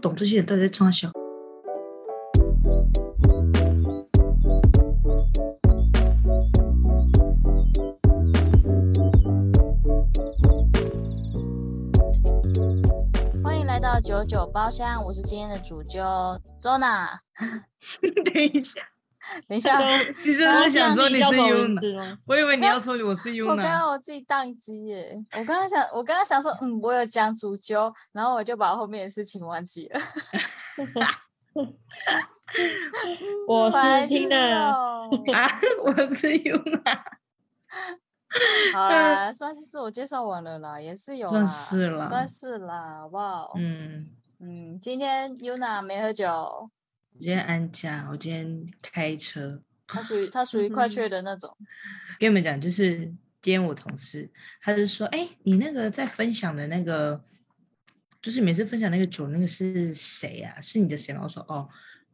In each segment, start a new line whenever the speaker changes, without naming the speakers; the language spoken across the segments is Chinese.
懂这些人到底在装小。
欢迎来到九九包厢，我是今天的主揪 Zona。
等一下，
等一下，
其实
刚刚
我想说你
这样自
是
己叫什么
U
名
呢，
字吗？
我以为你要说我是 U
我刚
呢。
刚我自己宕机耶！我刚刚想，我刚刚想说，嗯，我有讲主揪，然后我就把后面的事情忘 记了。
我是
白痴
Tina，
哦
啊， 我是 U 呢，
好啦，算是自我介绍完了啦，也是有
算
啦，
是啦
算是啦，好不好？
嗯，
嗯，今天 Yuna 没喝酒，
我今天安家，我今天开车，
她属于她属于
嗯
快雀的那种。
跟你们讲，就是今天我同事，他就说，哎、你那个在分享的那个，就是每次分享那个酒那个是谁啊？是你的谁吗？我说哦，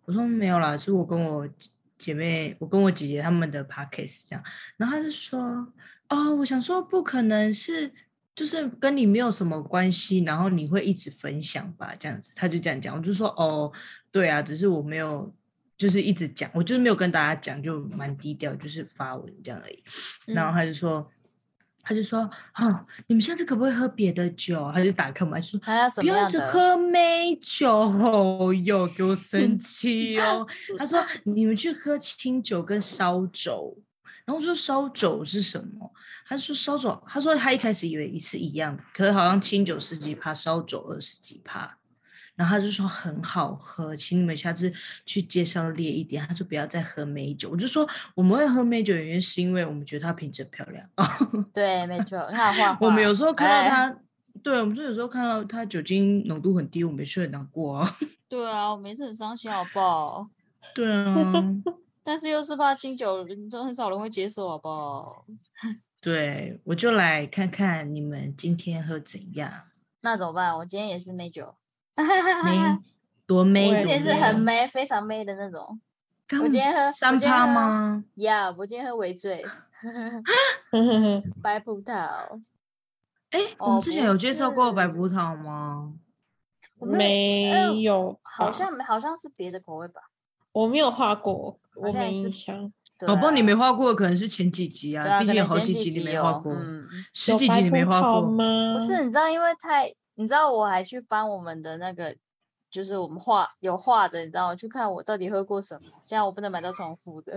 我说没有啦，是我跟我姐姐妹，我跟我姐姐他们的 p o d c a s t 这样。然后他就说，哦，我想说不可能是。就是跟你没有什么关系，然后你会一直分享吧，这样子，他就这样讲，我就说哦，对啊，只是我没有，就是一直讲，我就是没有跟大家讲，就蛮低调，就是发文这样而已。然
嗯
后他就说，他就说，哦，你们下次可不可以喝别的酒？啊他就打开门他就说。
她要
不
怎么
要一
样
直
的？
喝美酒哦，哟，给我生气 哦！他说你们去喝清酒跟烧酒，然后我说烧酒是什么？他说烧酒，他说他一开始以为是一样的，可是好像清酒十几趴，烧酒二十几趴。然后他就说很好喝，请你们下次去介绍烈一点。他说不要再喝美酒，我就说我们会喝美酒，原因是因为我们觉得它品质漂亮。
对，没错，你好画画。
我们有时候看到
哎
它，对我们说有时候看到它酒精浓度很低，我们也是很难过啊。
对啊，我们也是很伤心，好不好？
对 啊，
但是又是怕清酒，人都很少人会接受，好不好？
对，我就来看看你们今天喝怎样，
那怎么办？我今天也是没酒， 啊
没多美，
我
而
也
多
且是
美
很妹，非常妹的那种。
干
我今天喝
三
我今天
趴
喝
吗？
呀、我今天喝微醉白葡萄，
哎，我们
哦
之
不
前有介绍过
是
白葡萄吗？
我没有呃
没有吧，
好像好像是别的口味吧？
我没有画过，我
像
没
也是
印象。
对
宝宝，你
啊
没画过，可能是前几集
对啊，
啊，
可
毕竟
能
好
前
几
几
集你没
有
画过，
嗯，
十
有
几
白
集你没
葡
画
萄
过。
吗？
不是，，你知道，因为太，你知道，我还去翻我们的那个，就是我们画有画的，你知道，我去看我到底喝过什么，这样我不能买到重复的。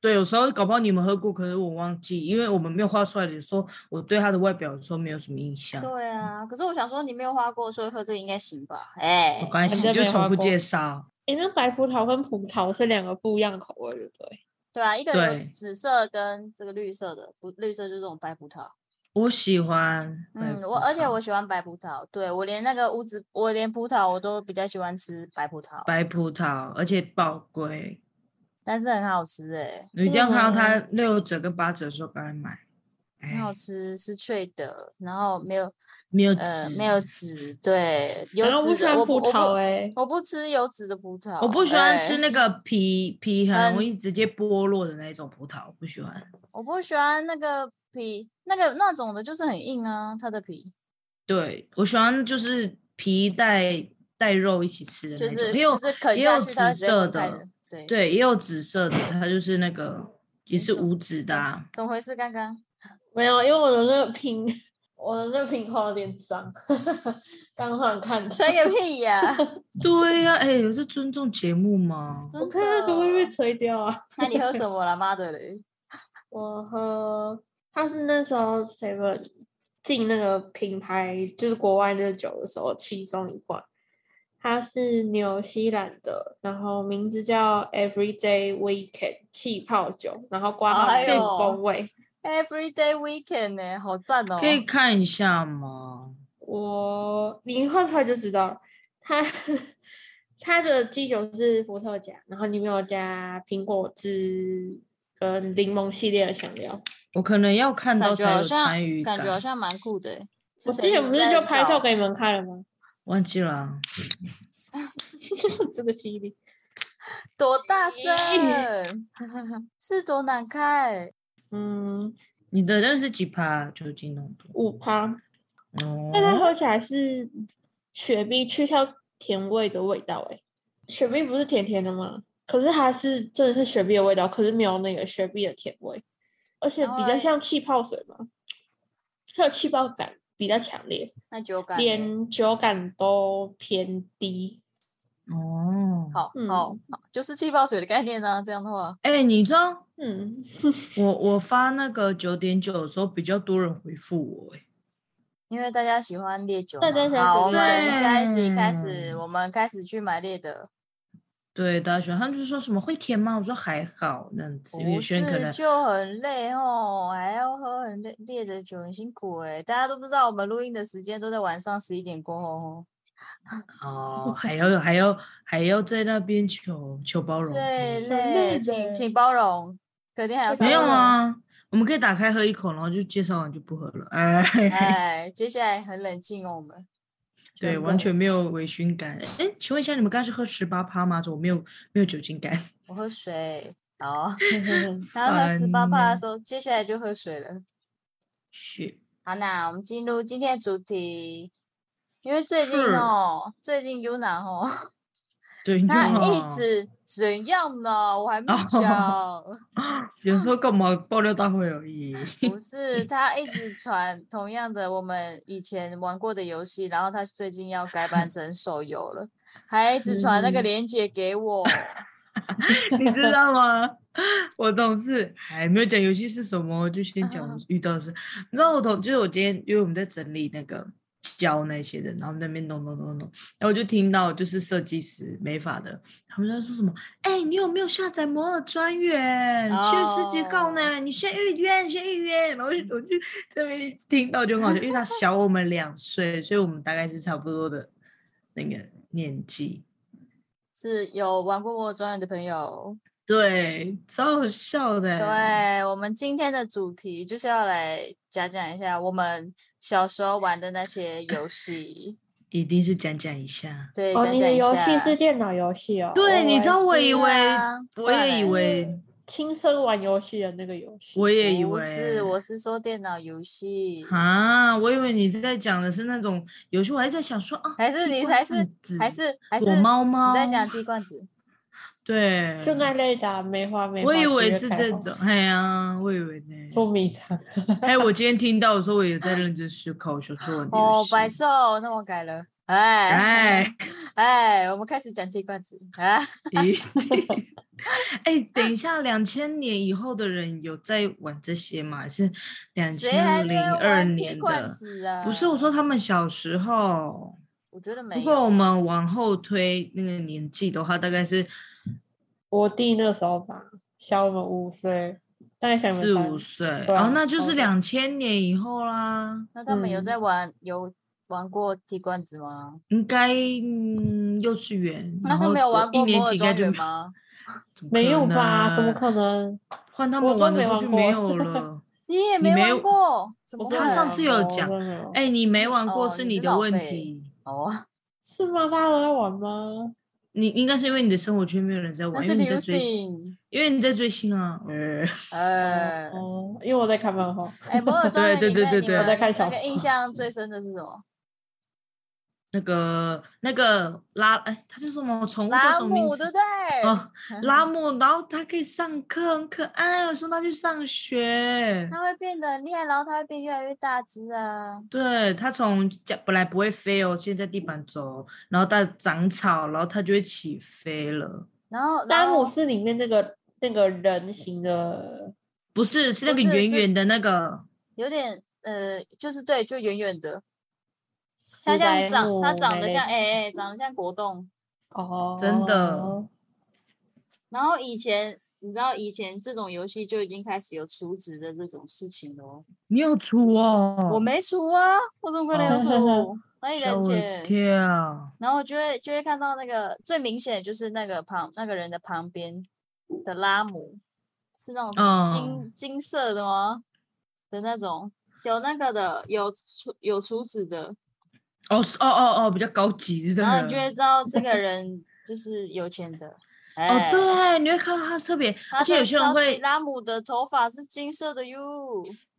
对，有时候搞不好你们喝过，可是我忘记，因为我们没有画出来的，时候，我对它的外表说没有什么印象。
对啊，可是我想说，你没有花过，所以喝这个应该行吧？哎、
没关
反
系，
正
就
没
重
画
复
过
介绍。
哎，那白葡萄跟葡萄是两个不一样的口味，对不对？
对啊，一个有
对
紫色跟这个绿色的，不，绿色就是这种白葡萄。
我喜欢白葡萄。
嗯，我而且我喜欢白葡萄，对我连那个乌子，我连葡萄我都比较喜欢吃白葡萄，
白葡萄，而且宝贵，
但是很好吃哎、
你一定要看到它
真
六折跟八折的时候赶快买。哎
很，好吃，是脆的，然后没有
没有
呃
籽
没有籽，对，有
然后我
籽
喜
的
欢
我不
葡
我不
萄，哎，
我不吃有籽的葡萄，
欸我不喜欢
哎
吃那个皮皮很容
嗯
易直接剥落的那一种葡萄，我不喜欢。
我不喜欢那个皮，那个那种的就是很硬啊，它的皮。
对我喜欢就是皮带带肉一起吃的
就
那种，
是
也有
就是啃
也
下
有
去它会
紫
直接
色
分开
的，，
对，
对，也有紫色的，它就是那个也是
那种
无籽的啊。
怎么回事？刚刚
没有，因为我的那个瓶，我的那个瓶口有点脏， 刚好看
吹
的。
个屁呀、
对呀、哎、有是尊重节目吗？
真
我看它可不可以被
的？哦
吹掉啊？
那你喝什么了？妈的嘞！
我喝，它是那时候 Seven 进那个品牌，就是国外那个酒的时候，其中一罐，它是纽西兰的，然后名字叫 Everyday Weekend 气泡酒，然后挂号
哎
奶
呦
乳风味。
Everyday weekend 呢、好赞哦！
可以看一下吗？
我你喝出来就知道了，它它的基酒是伏特加，然后里面有加苹果汁跟柠檬系列的香料。
我可能要看到
感觉
才有
好像
参与
感觉好
感。
像蛮酷的欸、
我
谁
之前不是
在
就拍
找
照给你们看了吗？
忘记了啊，
这个犀利。
多大声？ 是多难看？
嗯，
你的那是几趴酒精浓度？
啊
五趴，但它
哦，
喝起来是雪碧去掉甜味的味道、欸，哎，雪碧不是甜甜的吗？可是它是真的是雪碧的味道，可是没有那个雪碧的甜味，而且比
然后
哦
较
嘞
像气泡水嘛，它的气泡感比较强烈，
那酒感嘞
连酒感都偏低。
哦，
好
嗯
好好，就是气泡水的概念啊。这样的话，
哎、你知道
嗯，
我我发那个九点九的时候，比较多人回复我、哎，
因为大家喜欢烈酒嘛，
大家喜欢
好，我
酒
们下一集开
对
始，我们开始去买烈的，
对，大家喜欢，他们就说什么会甜吗？我说还好，那样子，因为
不
有些人可
是
能
就很累哦，还要喝很烈烈的酒，很辛苦哎。大家都不知道我们录音的时间都在晚上十一点过后哦。
哦，还要还要还要在那边求求包容，
对，
嗯
很
累，
累
请
的
请包容，肯定还要
对
没有
包容？
啊，我们可以打开喝一口，然后就介绍完就不喝了，哎，
哎，接下来很冷静哦，我们
对，
真
完
的
全没有微醺感。哎，请问一下，你们刚才是喝十八趴吗？怎么没有没有酒精感？
我喝水。好，
嗯
然后喝十八
烦
趴的
呢
时候，接下来就喝水了。
是，
好，那我们进入今天的主题，因为最近
是
哦，最近 Yuna 哦，
对，
她
你
一
好
直怎样呢？我还没讲，
有时候干嘛爆料大会而已。
不是她一直传同样的我们以前玩过的游戏，然后她最近要改版成手游了，还一直传那个
嗯
链接给我，
你知道吗？ 我同事还没有讲游戏是什么，就先讲我遇到的事。你知道我同就是我今天，因为我们在整理那个胶那些的，然后我们在那边弄弄弄弄，然后我就听到就是设计师美发的，他们在说什么？哎、你有没有下载《摩尔庄园》？七月十几号呢？你先预约，你先预约。然后我就我就这边一听到就很好笑，因为他小我们两岁，所以我们大概是差不多的那个年纪。
是有玩过《我专业的朋友。
对，超好笑的。
对我们今天的主题就是要来讲讲一下我们小时候玩的那些游戏。
一定是讲讲一下。
对，
哦，
讲
你
讲
的
一
游戏
下
是电脑游戏哦？
对，你知道，我以
是
为，
啊不
我
然
也以
嘞
为，
亲身玩游戏的那个游戏。
我也以为
不是，我是说电脑游戏，
啊，我以为你是在讲的是那种游戏，我还在想说啊，
还是
踢
你
罐
还是
子
还是还是
躲猫猫？
你在讲踢罐子？
对，
就那类的、啊、梅花梅花。
我以为
七
是
月开
这
花
种，哎呀，我以为呢。
捉迷藏。
哎，我今天听到的时候，我也在认真思考，想说我的游
哦，
戏
白瘦，那我改了。哎
哎，
哎，我们开始讲踢罐子啊！
一 定哎，等一下，两千年以后的人有在玩这些吗？还是两
谁
千
还没
零
有
二
玩踢
年
罐
的？
子啊？
不是，我，说他们小时候。
我觉得没
如果我
有。啊
们往后推那个年纪的话，大概是
我弟那时候吧，小我们五岁，大概小你
四
们
五
三
岁，
对
哦
啊，
那就
差
是
不多
两千年以后啦。
那他们有
嗯
在玩有玩过踢罐子吗？
应该嗯，幼稚园，
那
然
他
后
们有
我
玩
一
过
年
摩
级
尔
应该
庄
就
园 吗？
怎么
没
可
有吧？怎么
能
可能？
换他
我
们
都
玩的
没
时候
玩
就没
过
有了。
你也
你
没
没
玩
有
过，怎么
我
会？
真的
他
没
上次有
过
讲，
我哦真的没有
哎，你没玩过
哦
是
你
你
是
的
老
问
废
题，
哦，
是吗？大家都在玩吗？
你应该是因为你的生活圈没有人在
那
玩，因
是
为你
流
在追星，
星。
因为你在追星啊。呃，
呃，
哦，因为我在看漫画。
嗯
哎，摩尔庄园
对
里
对
面
对
你
对
们
我
在看小
那个
说
印象最深的是什么？
那个那个拉，哎，他叫什么宠物叫
拉
什么名
姆，
字
对不？对？
哦，
嗯
拉姆，然后他可以上课，很可爱。哦我送他去上学，
它会变得很厉害，然后它会变越来越大只啊。
对他从家本来不会飞哦，现在在地板走，然后它长草，然后它就会起飞了。
然后
拉姆
斯
是里面那个那个人形的，
不是，是那
不
个
是
圆
是
圆的那个，
有点呃，就是对，就远远的，它
史
像
莱
长，
姆
它长
那
得
类
像哎哎，长得像果冻。
哦，
真的
然后以前你知道，以前这种游戏就已经开始有储值的这种事情了哦。
你有出哦？
我没储啊，我怎么可能有储
哦？
哪里
吓
能
我
解？
跳，
然后就会就会看到那个最明显的就是那个旁那个人的旁边的拉姆是那种什么金、
嗯
金色的吗？的那种有那个的有厨有厨子的，
哦是哦哦哦，比较高级的。
然哦后你就会知道这个人就是有钱的。
哦
哎，，
对，你会看到它特别，
他
而且
的
有些人
超级
会，
拉姆的头发是金色的哟。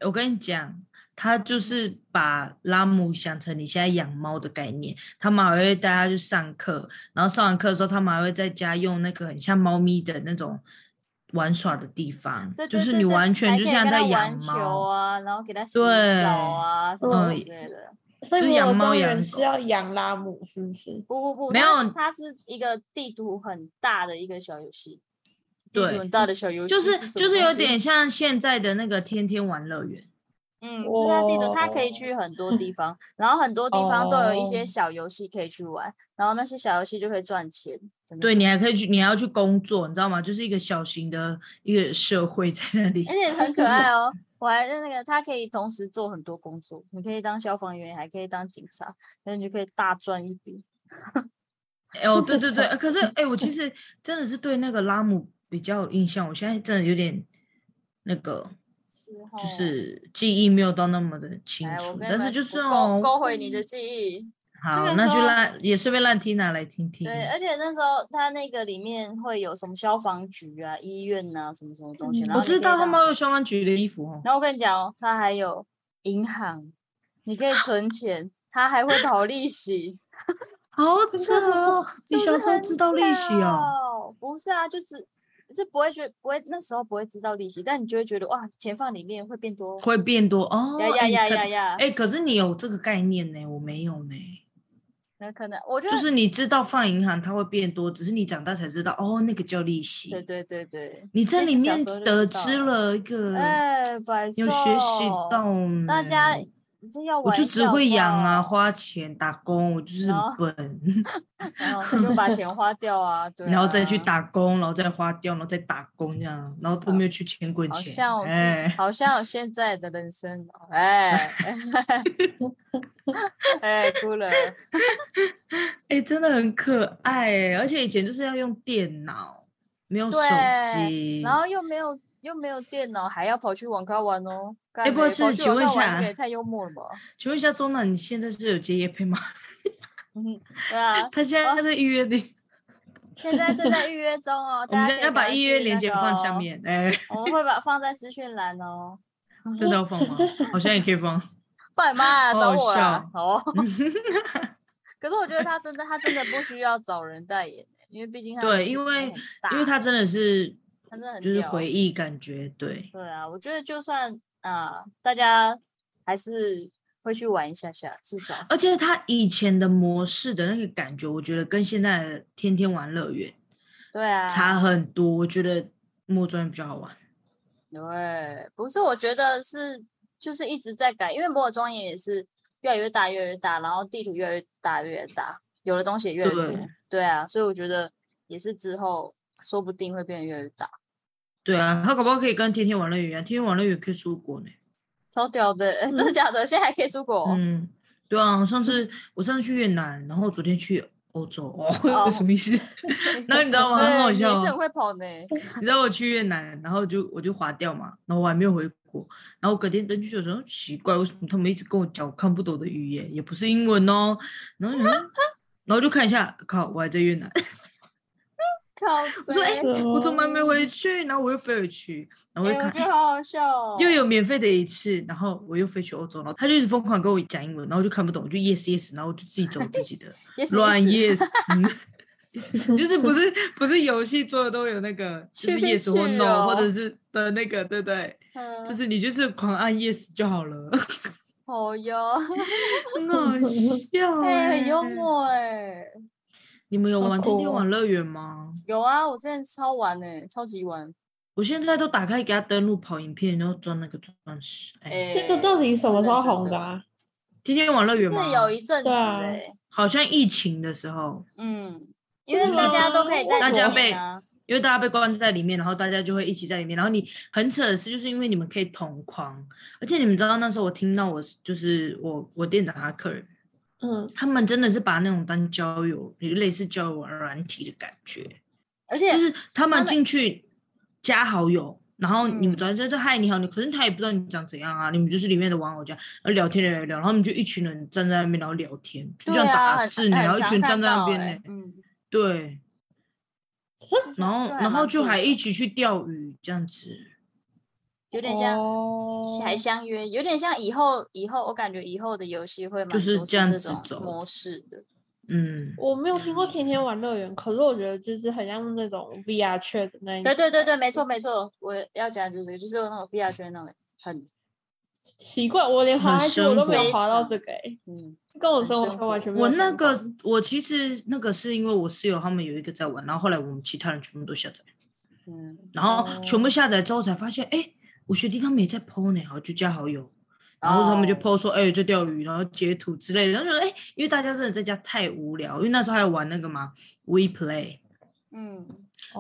我跟你讲，他就是把拉姆想成你现在养猫的概念，他们还会带他去上课，然后上完课的时候，他们还会在家用那个很像猫咪的那种玩耍的地方，
对对
就是
对
你
对
完全
还
就
可以
像
跟
在
它
养
玩球
猫。
啊，然后给它洗澡
对
啊什么
嗯
之类的。
所以
就是
摩
养
尔
猫
庄
养
园
狗
是要养拉姆，是不是？
不不不，
没
它
有
它是一个地图很大的一个小游戏，地
对
图很大的小游戏
就是是
什
就是
么东
有
西
点像现在的那个天天玩乐园，
嗯，就是它地图，它可以
哇
去很 多地方，然后很多地方都有一些
哦
小游戏可以去玩，然后那些小游戏就可以赚钱的那
对
种。
你还可以去，你还要去工作，你知道吗？就是一个小型的一个社会在那里
而。且很可爱 哦。我还在那个，它可以同时做很多工作，你可以当消防员，还可以当警察，然后你就可以大赚一笔。
哎哦，对对对，呃可是哎、我其实真的是对那个拉姆比较有印象，我现在真的有点那个，
是哦，
就是记忆没有到那么的清
哎，我
楚，
跟
但
你
是
们
就是
我
哦
勾，勾回你的记忆。
好，
个
那
时
就
候
让也顺便让 Tina 来听听。
对，呃而且那时候它那个里面会有什么消防局啊、医院呐、什么什么东西。
嗯
然后
我
你
知
可以
道他
当
们有消防局的衣服 哦，
然后我跟你讲哦，它还有银行，你可以存钱，它 还会跑利息。
好扯哦！你
是
小
不是
时候
很
知道利息哦？
屌？不是啊，就是是不会觉不会那时候不会知道利息，但你就会觉得哇，钱放里面会变多。
会变多哦？
呀呀
哎
呀
可
呀呀！
哎，可是你有这个概念呢，我没有呢。
那可能我觉得
就是你知道放银行它会变多，只是你长大才知道哦，那个叫利息。
对对对对，
你这
其
里
实小
面
时候就
得
知道
知了一个，
哎，百
有学习
兽
到呢。
大家这要
我
玩
就
一
只
下好
会
不
养啊，
好，
花钱打工，我就是
然
很
后
笨，
然后就把钱花掉啊，对啊，
然后再去打工，然后再花掉，然后再打工这样，然后都没有去钱滚
好
钱
像。我自、
哎，
好像我现在的人生哦，哎哎哭 了，
哎，真的很可爱哎，而且以前就是要用电脑，没有手
对
机。
然后又没有又没有电脑，还要跑去网咖玩哦。
哎
哎
不好意思请问一下
也太幽默了吧？
请问一下周娜，你现在是有接夜配吗？
嗯，对啊，
他现在在预约的。
现在正在预约中哦，
我
大
们要
家可以
要把
赶
预约
去
链
那
接
个
放下
哦，
面，哎，
我们会把放在资讯栏哦。
这都要放吗？好像也可以放。
爸妈啊
好
找
好
我啦
笑，
哦。 可是我觉得他真的，他真的不需要找人代言，欸因为毕竟他
对
年纪
因
不是
为
很大
因为他真的是
他真的很
就是
屌啊
回忆感觉，对
对啊，我觉得就算啊、大家还是会去玩一下下，至少
而且他以前的模式的那个感觉，我觉得跟现在的天天玩乐园
对啊，
差很多。我觉得摸砖比较好玩，
对，不是，我觉得是就是一直在改，因为摩尔庄园也是越来越大，越来越大，然后地图越来越大，越来越大，有的东西也越来越
对
多，对啊，所以我觉得也是之后说不定会变得越来越大，
对啊，他搞不好可以跟天天玩乐园一样，天天玩乐园可以出国呢。
超屌的， 诶真的假的？现在还可以出国哦？
嗯，对啊，上次我上次去越南，然后昨天去欧洲，哦，
哦
什么意思？然后你知道吗？很好
对
笑
你
哦
是很会跑呢，
你知道我去越南，然后就我就划掉嘛，然后我还没有回国，然后我隔天登去的时候奇怪，为什么他们一直跟我讲我看不懂的语言，也不是英文哦，然 后我想说然后就看一下，靠，我还在越南，
靠
我说哎、
北
我怎么还没回去？然后我又飞回去，然后
哎
又
我
看
觉。得好好笑哦，
又有免费的一次，然后我又飞去欧洲，然后他就一直疯狂跟我讲英文，然后我就看不懂，我就 yes yes，然后我就自己走自己的
也是
乱
也是
yes，嗯， 就是不是不是游戏做的都有那个，就
去
是
必
yes 或
去
no，
哦
或者是的那个，对不对？
嗯
就是你就是狂按 yes 就好了，
好哟，
很好笑
哎、
哎、
很幽。默哎、
你们有
好
玩天
酷
天
哦
玩乐园吗？
有啊，我之前超玩哎、超级玩
我现在都打开给他登录跑影片，然后装那个钻石。哎、
哎、
那个到底什么时候红的
的？
啊？
天天玩乐园
真
吗
的？有一阵子
对啊
哎、
好像疫情的时候，
嗯，因为
真的
大家
吗
都可以在
大
里
家
面啊，
因为大家被关在里面，然后大家就会一起在里面。然后你很扯的是，就是因为你们可以同框，而且你们知道那时候我听到我就是我我店长他客人，
嗯，
他们真的是把那种当交友，类似交友软体的感觉，
而且
就是他
他
们
们
进去加好友。然后你们
嗯
转身就嗨你好，你可是他也不知道你长怎样啊，你们就是里面的玩偶这样，然后聊天聊聊聊，然后你们就一群人站在那边然后聊天，就
对
这样
啊，
打
很
字，你然后
很
一
常
群人站
看
在那
到
边
哎
呢，
嗯，
对，然后
这还
然后
蛮
就
酷
还
的
一起去钓鱼这样子，
有点像
哦
还相约，有点像以后以后，我感觉以后的游戏会蛮
就
多
是
是
这样子
种
走
模式的。
嗯，
我没有听过天天玩乐园，可是我觉得就是很像那种 VR 确诊那一
对对对对，没错没错，我要讲的就是这个，就是有那种 VR 圈那种很
奇怪，我连滑
很
下去我都没
生
有
活
滑到这个、欸，
嗯，
跟我
很
生活
生
圈完全没有
我那
相关
个我其实那个是因为我室友他们有一个在玩，然后后来我们其他人全部都下载，
嗯，
然后
哦
全部下载之后才发现，哎、我学弟他们也在 PO 呢，然后就加好友，然后他们就
哦
PO 说，哎、在钓鱼，然后截图之类的，然后就哎、因为大家真的在家太无聊，因为那时候还有玩那个嘛 We Play，
嗯，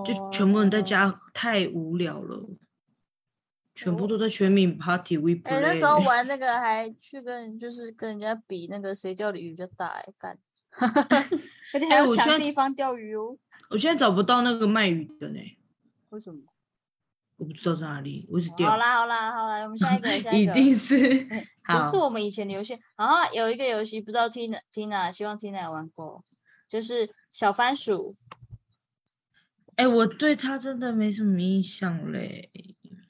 就全部人在
哦
家太无聊了，全部都在全民 Party We
哎、
Play。
哦那时候玩那个还去跟就是跟人家比那个谁钓的鱼比较大、欸，干， 而且还
哎
要
我现
抢
在
地方钓鱼哦，
我现在找不到那个卖鱼的呢，
为什么？
我不知道在哪里，我一直掉。
好啦好啦好啦，我们下 一个下一
一
个。
定是
嗯
好
不是我们以前的游戏，然后有一个游戏不知道 Tina Tina，希望 Tina 有玩过，哦就是小番薯，
哎、我对他真的没什么印象嘞。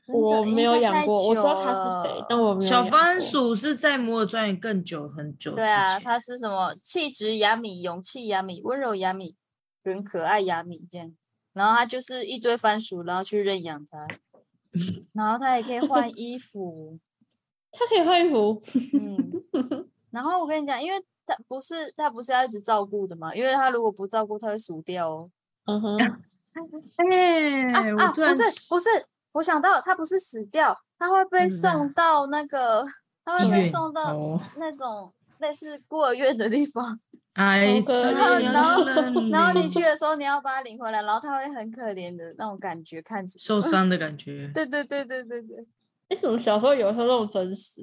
真的
我没有养过，我知道
他
他是谁，但我没有
小
养
番
过
薯是在摩尔庄园更久很久之
对啊，
前，
他是什么气质雅米、勇气雅米、温柔雅米、人可爱雅米这样。然后他就是一堆番薯，然后去认养 它，然后它也可以换衣服。
他可以换衣服，
嗯， 然后我跟你讲，因为它不是它不是要一直照顾的嘛，因为它如果不照顾，它会熟掉哦。
嗯哼，
哎、
啊啊，
我突
不
然
是不是，我想到他不是死掉，他会被
嗯
送到那个，他会
医
被
院
送到
哦，
那种类似孤儿院的地方。
爱
好可
上
怜 然后
了
然后你去的时候，你要把他领回来，然后他会很可怜的那种感觉，看着。
受伤的感觉，
对对对对对对，
为什么小时候有时候那么真实？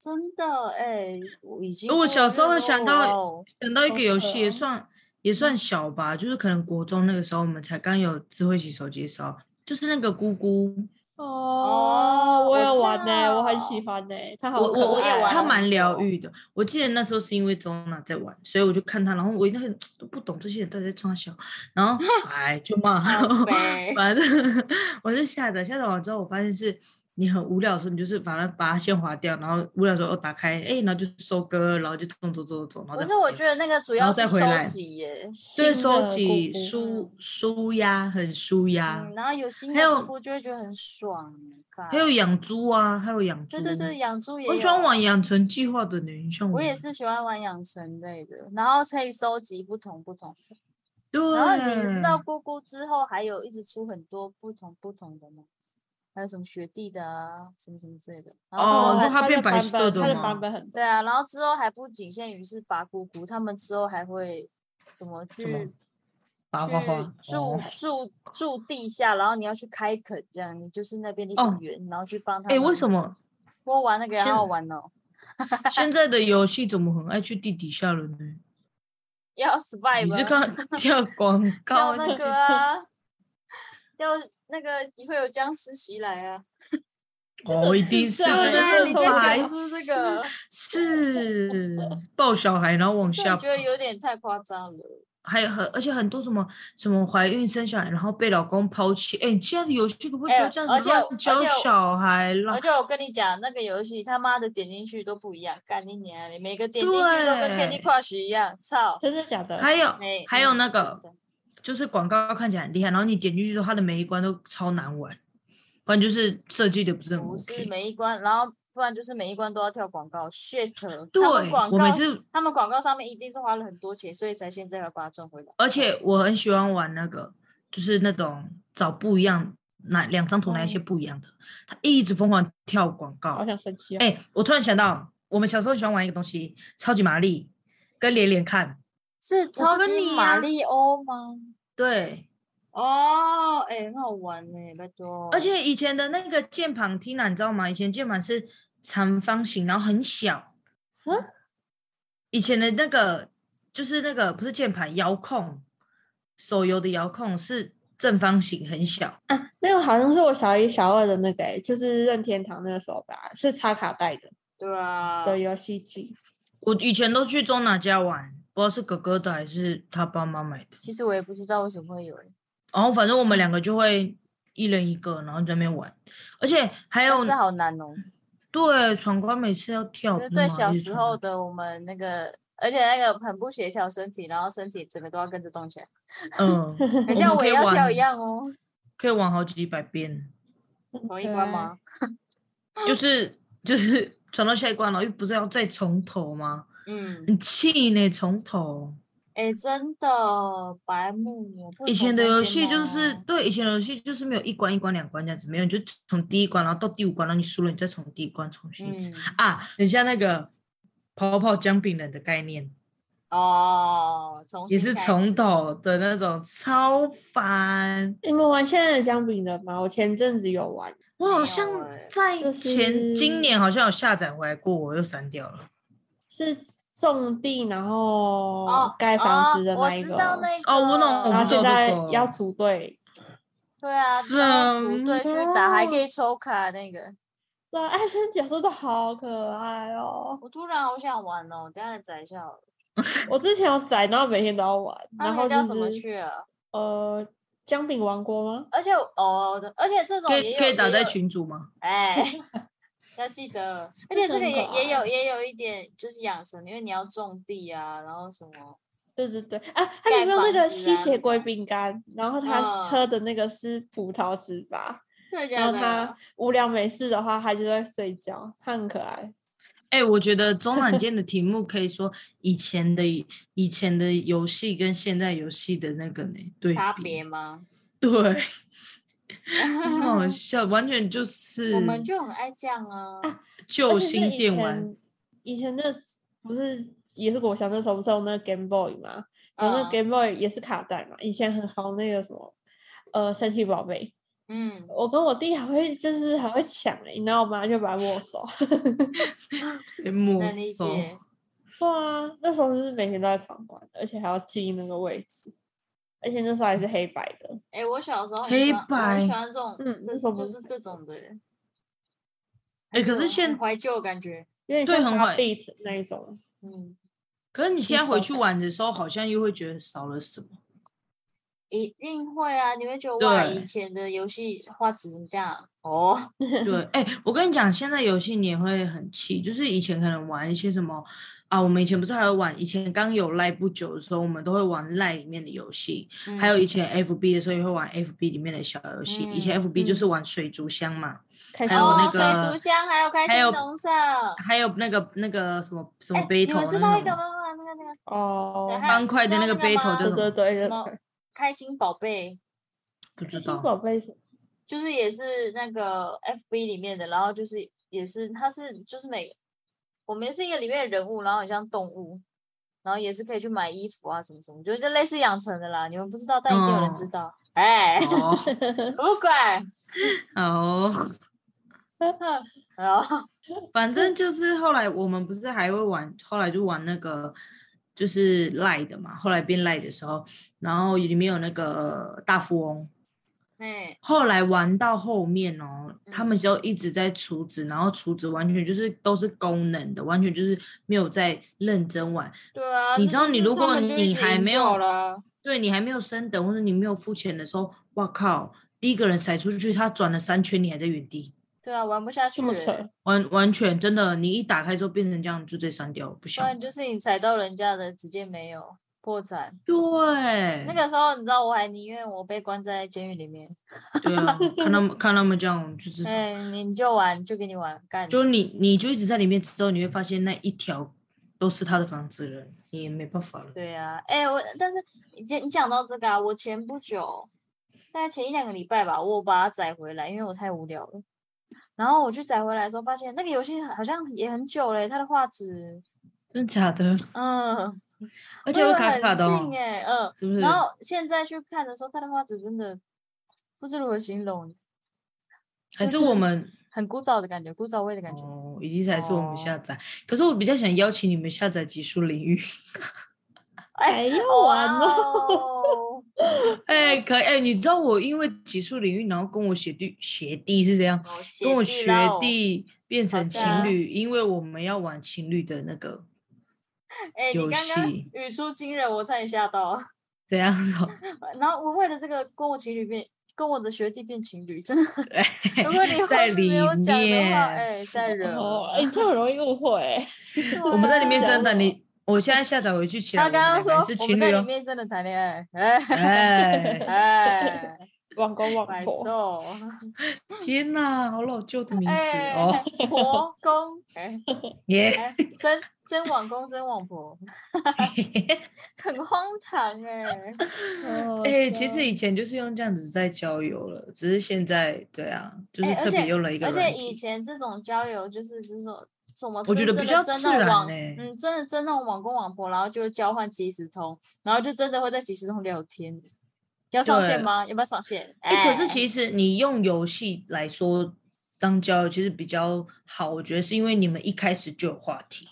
真的哎，我已经
哦我
过
小时候
热
想
了
到
哦
想到一
好
个游
扯
戏也
哦
算也算小吧，就是可能国中那个时候我们才刚有智慧型手机的时候，就是那个姑姑，
哦，我
我
有
知
玩呢、我很喜
道
欢呢、他好
我
可爱哦，
我
我也玩
他
了
啊蛮
很
疗
久
愈的。我记得那时候是因为周娜在玩，所以我就看他，然后我一定很都不懂这些人到底在装小，然 后哎就骂
靠 北，
反正 我就下载，下载完之后我发现是你很无聊的时候，你就是把它把它先划掉，然后无聊的时候哦打开，哎，然后就收割，然后就走走走走，然后
不
再
是，
划
我
掉
觉得那个主
然
要
后再
是
回
收
来
集耶，
对
新
收
的
集
姑姑
舒舒压，很舒压
嗯，，然后有新
啊还
的
有
姑姑就会觉得很爽。干
还有养猪啊，还有养猪，
对对对，，养猪也
我喜欢
有
玩养成计划的呢，你像
我也
吗，
是喜欢玩养成类的，然后可以收集不同不同的。
对，
然后你们知道姑姑之后还有一直出很多不同不同的吗？还有什么学弟的啊，什么什么之类的。然后之后
哦你说
还
它
他
变
的
白
版
色
本，
的
他的
吗
版本很多，
对啊，然后之后还不仅限于是拔姑姑，他们之后还会怎么去
什么
去
拔花花
住、
哦
住住地下，然后你要去开垦，这样你就是那边的
哦
一员，然后去帮他
哎、
们。
为什？ 么
我玩那个也
现
好好玩哦，
现在的游戏怎么很爱去地底下了呢？
要 survive
你
啊。
是 看跳广告
要那
去
个 啊，要那个会有僵尸袭来啊，
哦，一定是
智障
的
对
这
对你
种
在讲
白
的是这个
痴是抱小孩然后往
这
下
我
跑
觉，得有点太夸张了。
还有很而且很多什么什么怀孕生小孩然后被老公抛弃，哎、你现在的游戏可不可以
哎
不要这
而
样子
且而
乱
且
教小孩了
而？且我跟你讲，那个游戏他妈的点进去都不一样，干你娘的！每个点进去都跟
对
Candy Crush 一样，操！
真的假的？
还有
没嗯
还有那个，
真的
就是广告看起来很厉害，然后你点进去之后，它的每一关都超难玩，不然就是设计的不是很
不是
OK。
每一关，然后不然就是每一关都要跳广告，shit！
对，
他们广
我
告
每，次，
他们广告上面一定是花了很多钱，所以才现在要把它赚回来。
而且我很喜欢玩那个，就是那种找不一样，哪两张图拿一些
嗯
哦
不一样的，他一直疯狂跳广
好
告。
想生气哦！
哎、我突然想到，我们小时候喜欢玩一个东西，超级玛丽跟连连看，
是
我
超
跟
级
你
马
啊
里欧吗？
对，
哦，哎、很好玩呢、拜托。
而且以前的那个键盘 Tina 你知道吗？以前键盘是长方形，然后很小。
啊
以前的那个就是那个不是键盘遥控，手游的遥控是正方形，很小。
那个好像是我小一、小二的那个、欸，就是任天堂那个时候吧，是插卡带的
对啊，
的游戏机。
我以前都去中哪家玩，不知道是哥哥的还是他爸妈买的。
其实我也不知道为什么会有人
然后反正我们两个就会一人一个，然后在那边玩，而且还有
但是好难哦。
对闯关每次要跳，啊
就
哦嗯不是
对
吗
小
一直
时
闯
候
关
的我们那个，而且那个很不协调身体，然后身体整个都要跟着动 起来，
嗯，
很像
们
我
可以
也要
玩
跳一样哦。
可以玩好几百遍，
同一关吗？
就是就是 闯到下一关了，又不是要再从头吗？
嗯，
很气呢，从头。
哎、真的哦白目，我不
以前
懂
的
这
游
件
戏就
哦
是对以前的游戏就是没有一关一关两关这样子，没有你就从第一关，然后到第五关，然后你输了，你再从第一关重新一次、
嗯
啊，很像那个跑跑姜饼人的概念，
哦，从
也是从头的那种，超烦。
你们玩现在的姜饼人吗？我前阵子有玩，
我
没
好
有
像
欸
在
就是
前、今年好像有下载回来过，我又删掉了。
是种地然后
哦
盖房子的那
哦、我
一个，
知道那个
哦我懂
然
我
后
知
现
道
在
这个
要组队。
对啊，然后组
粉
队去打，还可
红
以抽卡那个。
对啊，艾森角色都好可爱哦！
我突然好想玩哦，等一下来载一下好了。
我之前有载，然后每天都要玩，
它
然
那个
后就
叫什么
是
去啊？
呃，姜饼王国吗？
而且哦，而且这种
可
也
以
有
可以打
也
在
有
群组吗？
哎，要记得，而
这
且
个
这个
很
也
可
也
爱
啊
有也有一点就是养成，因为你要种地啊，然后什么
对对对，啊，它
盖
有没有那
房
个
子
吸
啊
血
那
鬼
种
饼干？然后他
嗯
喝的那个是葡萄十八，
真的啊
然
假
后他
的？
无聊没事的话，他就在睡觉，他很可爱。
哎、我觉得中南间的题目可以说以前的以前的游戏跟现在游戏的那个呢对
差
比
别吗？
对， 很好笑，完全哦就是
我们就很爱这样啊，
旧
而且是
新
以
电玩，
前以前那不是也是我小那时候不是有那个 Game Boy 吗？
啊
然后那
嗯
个 Game Boy 也是卡带嘛，以前很红那个什么。呃，神奇宝贝，
嗯，
我跟我弟还会就是还会抢哎、然后我妈就把它没收。
被没
能理
收。
解。
对啊，那时候就是每天都在闯关，而且还要记那个位置，而且那时候还是黑白的。
哎、我小时候很
黑
喜欢我很喜
白
欢这种，
嗯
这
那时候
就
不
是
是
这种的人。
哎
很
可
有
是
很
现
怀旧的感觉，
有点
对
像
很
八
怀
bit 那一种。
嗯，
可是你现在回
手
去
感
玩的时候，好像又会觉得少了什么。
一定会啊！你会觉得哇，以
对
前的游戏画质怎么这样？哦，
对，哎、我跟你讲，现在游戏你也会很气，就是以前可能玩一些什么啊，我们以前不是还会玩，以前刚有赖不久的时候，我们都会玩赖里面的游戏，
嗯
还有以前 FB 的时候也会玩 FB 里面的小游戏，以前 FB 就
嗯
是玩水族箱嘛，
开
还
心
有
哦
那
吗
个
水族箱，还有开
还
心
有
农场，
还有那个那个什么什么
哎，
背
你
头
们知道
那
一个
种
吗？那个那个
哦
对，还有
方块的
知道
那个
那个
背头
吗
叫
对
什
对
么？
对，
什
对
么
对
开心宝贝，
不知
开心
道。
宝贝是
就是也是那个 FB 里面的，然后就是也是它是就是每我们是一个里面的人物，然后很像动物，然后也是可以去买衣服啊什么什么，就是类似养成的啦。你们不知道，但一定有人知
哦
道。哎，
哦，
不管，
好，哦
然后
反正就是后来我们不是还会玩，后来就玩那个就是赖的嘛，后来变赖的时候，然后里面有那个大富翁，
哎，
后来玩到后面哦，他
嗯
们就一直在储值，然后储值完全就是都是功能的，完全就是没有在认真玩。
对啊，
你
那
知道
就
你
是
如
他
果
们就一
你
直
还
营
没
救
有
了，
对你还没有升等或者你没有付钱的时候，哇靠！第一个人甩出去，他转了三圈，你还在原地，
对啊，玩不下去
这么
了
扯，
完完全真的，你一打开之后变成这样，就直接删掉，不
不
想
然就是你踩到人家的，直接没有破产。
对，
那个时候你知道，我还宁愿我被关在监狱里面。
对啊，看他们看他们这样，就至少
哎，你你就玩，就给你玩，干。
就你你就一直在里面之后，你会发现那一条都是他的房子了，你也没办法了。
对呀、啊，哎、我但是你讲你讲到这个啊，我前不久，大概前一两个礼拜吧，我把它载回来，因为我太无聊了。然后我去载回来的时候，发现那个游戏好像也很久嘞，它的画质，
真的假的？
嗯，
而且会
我
卡卡的、哦
很近，哎、嗯。
是不是？
然后现在去看的时候，它的画质真的不知如何形容，
还
就是
我们
很古早的感觉，古早味的感觉。
哦，一定是还是我
哦
们下载。可是我比较想邀请你们下载极速领域。
哎
还要
哇
玩哦！
哦！
哎、可以哎、你知道我因为极速领域，然后跟我学弟学弟是这样，
我学
跟我
弟
学
啦哦
弟变
好
成
的
情侣，因为我们要玩情侣的那个
哎、你
游
刚刚
戏
语出惊人，我差点吓到。
怎样子哦。
然后我为了这个跟我情侣变跟我的学弟变情 侣，真的。
对
如果你后
在
面没有
里
讲的
面
话，哎，再惹
哦，
我。
哎、这很容易误会、 欸。
对
我们在里
啊
面真的，
哦
你我现在下载回去起来，
他
我们
刚刚
两个
说
人是
我
情
们
侣
在里
哦，
面真的谈恋爱，哎
哎，
哎，
网公网
百
婆，
兽，
天哪，好老旧的名字
哎
哦，，
婆公，哎
耶，
哎， 真真网公真网婆， 很荒唐哎。
哦
哎，其实以前就是用这样子在交友了，只是现在对啊，就是
哎而
特别
且
用了一个
而且
软
以
体，
前这种交友就是就是说什么真，
我觉得
真
比
的
较
真
自
的
然
网，
欸
嗯，真的真的网公网婆，然后就交换即时通，然后就真的会在即时通聊天。要上线
对
吗？要不要上线？
哎，可是
实
其实你用游戏来说当交友，其实比较好，我觉得是因为你们一开始就有话题，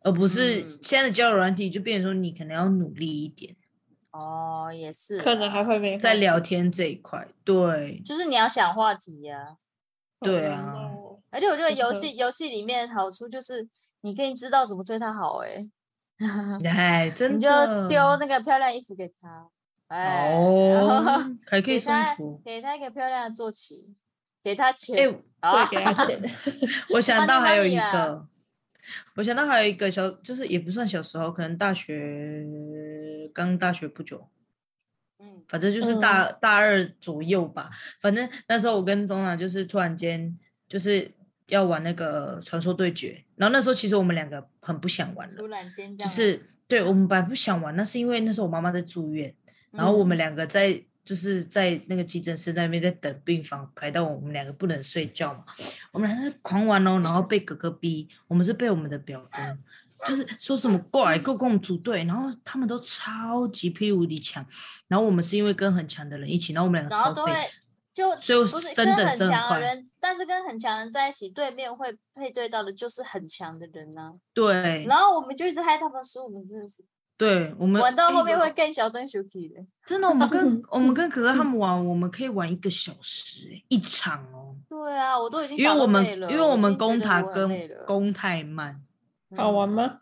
而不是
嗯
现在的交友软体就变成说你可能要努力一点，
哦，也是啦，
可能还会没
在
话
聊天这一块，对，
就是你要想话题呀、
对
好
啊
难哦
而且我觉得
真的
游戏游戏里面好处就是你可以知道怎么对他好、欸，
哎，真的，
你就丢那个漂亮衣服给他，哎，然后
哦，还可以
给
送
他
衣服。
给他一个漂亮的坐骑，给他钱，
哎、
啊
对，给他钱，
我想
慢
到
慢
还有
慢
一
慢
个，我想到还有一个小，就是也不算小时候，可能大学刚大学不久，
嗯，
反正就是大、大二左右吧。反正那时候我跟钟娜就是突然间就是要玩那个传说对决，然后那时候其实我们两个很不想玩了
突，然间
就
这样，
是对我们本来不想玩，那是因为那时候我妈妈在住院，然后我们
嗯
两个在就是在那个急诊室那边在等病房排到我们两个不能睡觉嘛，我们俩在狂玩哦，然后被哥哥逼，我们是被我们的表哥，就是说什么过来跟我们组队，然后他们都超级霹雳无敌强，然后我们是因为跟很强的人一起，然后我们两个
然
超
后都
废，
会就
所以我
不是
升
跟
等
很
升很
强的
快，
人，但是跟很强的人在一起，对面会配对到的就是很强的人呢、
对
然后我们就一直害他们输，我们真的是
对，我们
玩到
哎
后面
我
会更小灯小 K 的。
真的，我们 跟我们跟可可他们玩，我们可以玩一个小时欸一场哦。
对啊，我都已经
因为
打到
我们
累了
因为我
已
们
经觉
攻
得
塔
我很累
跟
了嗯
攻太慢。
好玩吗？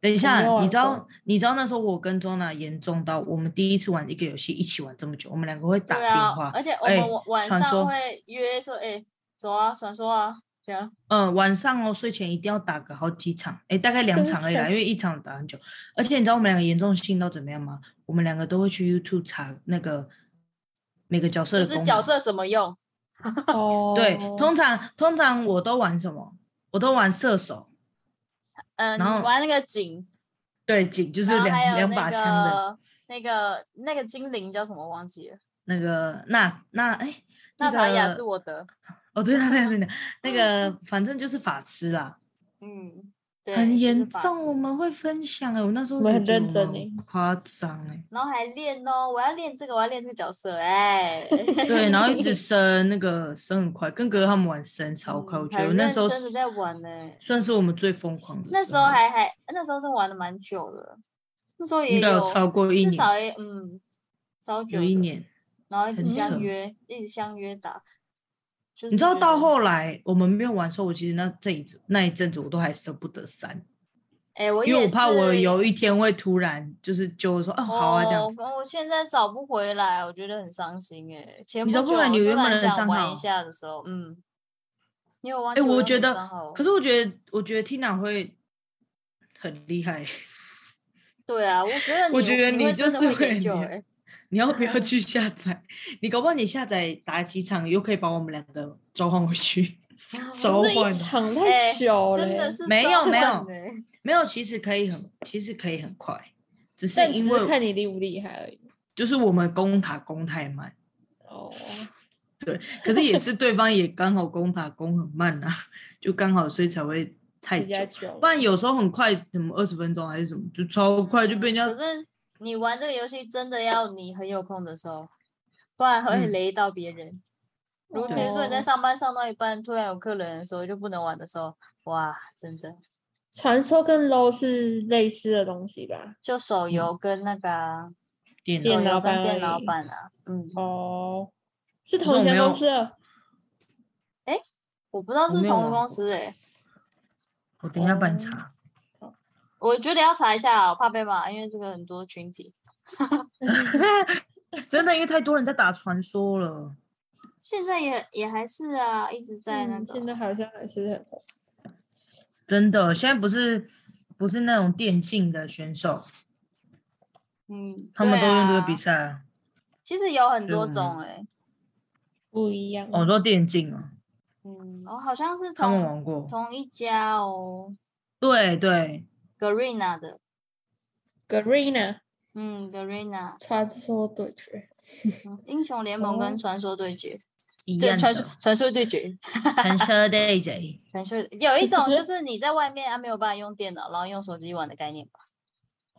等一
没有啊
下，
玩
你知道
过
你知道那时候我跟庄娜严重到我们第一次玩一个游戏一起玩这么久，我们两个会打
对
电
啊
话，，
而且我
哎
们晚晚
传说
上会约说，哎，走啊，传说啊，这样。
嗯，晚上哦睡前一定要打个好几场，哎，大概两
真
场而已啦，
假
因为一场打很久。而且你知道我们两个严重性到怎么样吗？我们两个都会去 YouTube 查那个每个角色
就
的
是
功
角
能
色怎么用，
哦，
对，通常通常我都玩什么？我都玩射手，
嗯，你
然后
玩那个井，
对，警就是
然
两
后还有
两
那
把枪的。
个那个那个精灵叫什么忘记了，
那个那那哎，
纳塔雅是
个
我的，
哦，对对对对 对，那个反正就是法师啦，
嗯，对，就
很
是
严
法
重，
师
我们会分享哎，我那时候
我们
就
很
觉得
认真
们
欸
很夸张 哎，
然后还练哦，我要练这个，我要练这个角色，哎，
对，然后 一直升那个升很快，跟哥哥他们玩升超快，
嗯
我觉得
很
我那时候
认真的在玩呢、
算是我们最疯狂的，
那时候还还那时候是玩的蛮久的，那时候也
应该有
有
超过一
至
年，
少也嗯超久
有
的
一，年，
然后一直
很
相
扯
约，一直相约打。就是、
你知道到，后来我们没有玩的时候，我其实那这一阵那一阵子我都还舍不得删，
哎、我
因为
也
我怕我
是
有一天会突然就是揪说哦好啊这样
哦
子。
我现在找不回来，我觉得很伤心哎、前
你
不
找
久
不回来
我
你
突
原本
然
的
想
账
玩
号
一下的时候，嗯，因为我忘
哎、
记
我
用
觉
什么
得
账号，
可是我觉得，我觉得 Tina 会很厉害。
对啊，我觉得你
我觉得
你
你
会
就
真的
是
会
会
研
很
究
厉
哎、
害 你要不要去下载？ 你搞不好你下载打几场，又可以把我们两个召唤回去。 召
那一
唤
场
哎
太久了欸，
真的是
没有
召
没
唤
有
欸
没有，其实可以很，其实可以很快，只是
但只
因
是看
为
你厉不厉害而已。
就是我们攻塔攻太慢，
哦，
可是也是对方也刚好攻塔攻很慢啊，就刚好所以才会太
比
久
较。久，
不然有时候很快，什么二十分钟还是什么，就超快就被人家
可
嗯
是你玩这个游戏真的要你很有空的时候，不然会
嗯
雷到别人。如果比如说你在
哦
上班上到一半，突然有客人的时候就不能玩的时候，哇，真的
传说跟 low 是类似的东西吧？
就
嗯
手游跟那个啊、
电脑
手游
电脑
跟
版
电
而
脑
已
版啊，嗯，
哦，是
可是
同
我
一家
没有
公司哦的，
我不知道是不
没
是
有
同个
玩
公
过
司诶、
我等一下帮你
哦
查。
嗯
我觉得要查一下啊，我怕被骂，因为这个很多群体。
真的，因为太多人在打传说了。
现在也也还是啊，一直在那
嗯现
个。
在好像还是很红。
真的，现在不是不是那种电竞的选手，
嗯，
他们
对
都用这个
啊
比。赛啊。
其实有很多
嗯
种哎、
不一样。
哦，都电竞啊，
嗯，我、好像是
他们
同
玩过。
同一家哦
对对，
，Garena 的，
Garena
嗯，Garena
传说对决，
嗯英雄联盟
哦
跟传说对决，
一
对，
样
传说
的。
传说对决，
传 说对决，
传说有一 种就是你在外面啊没有办法用电脑，然后用手机玩的概念吧，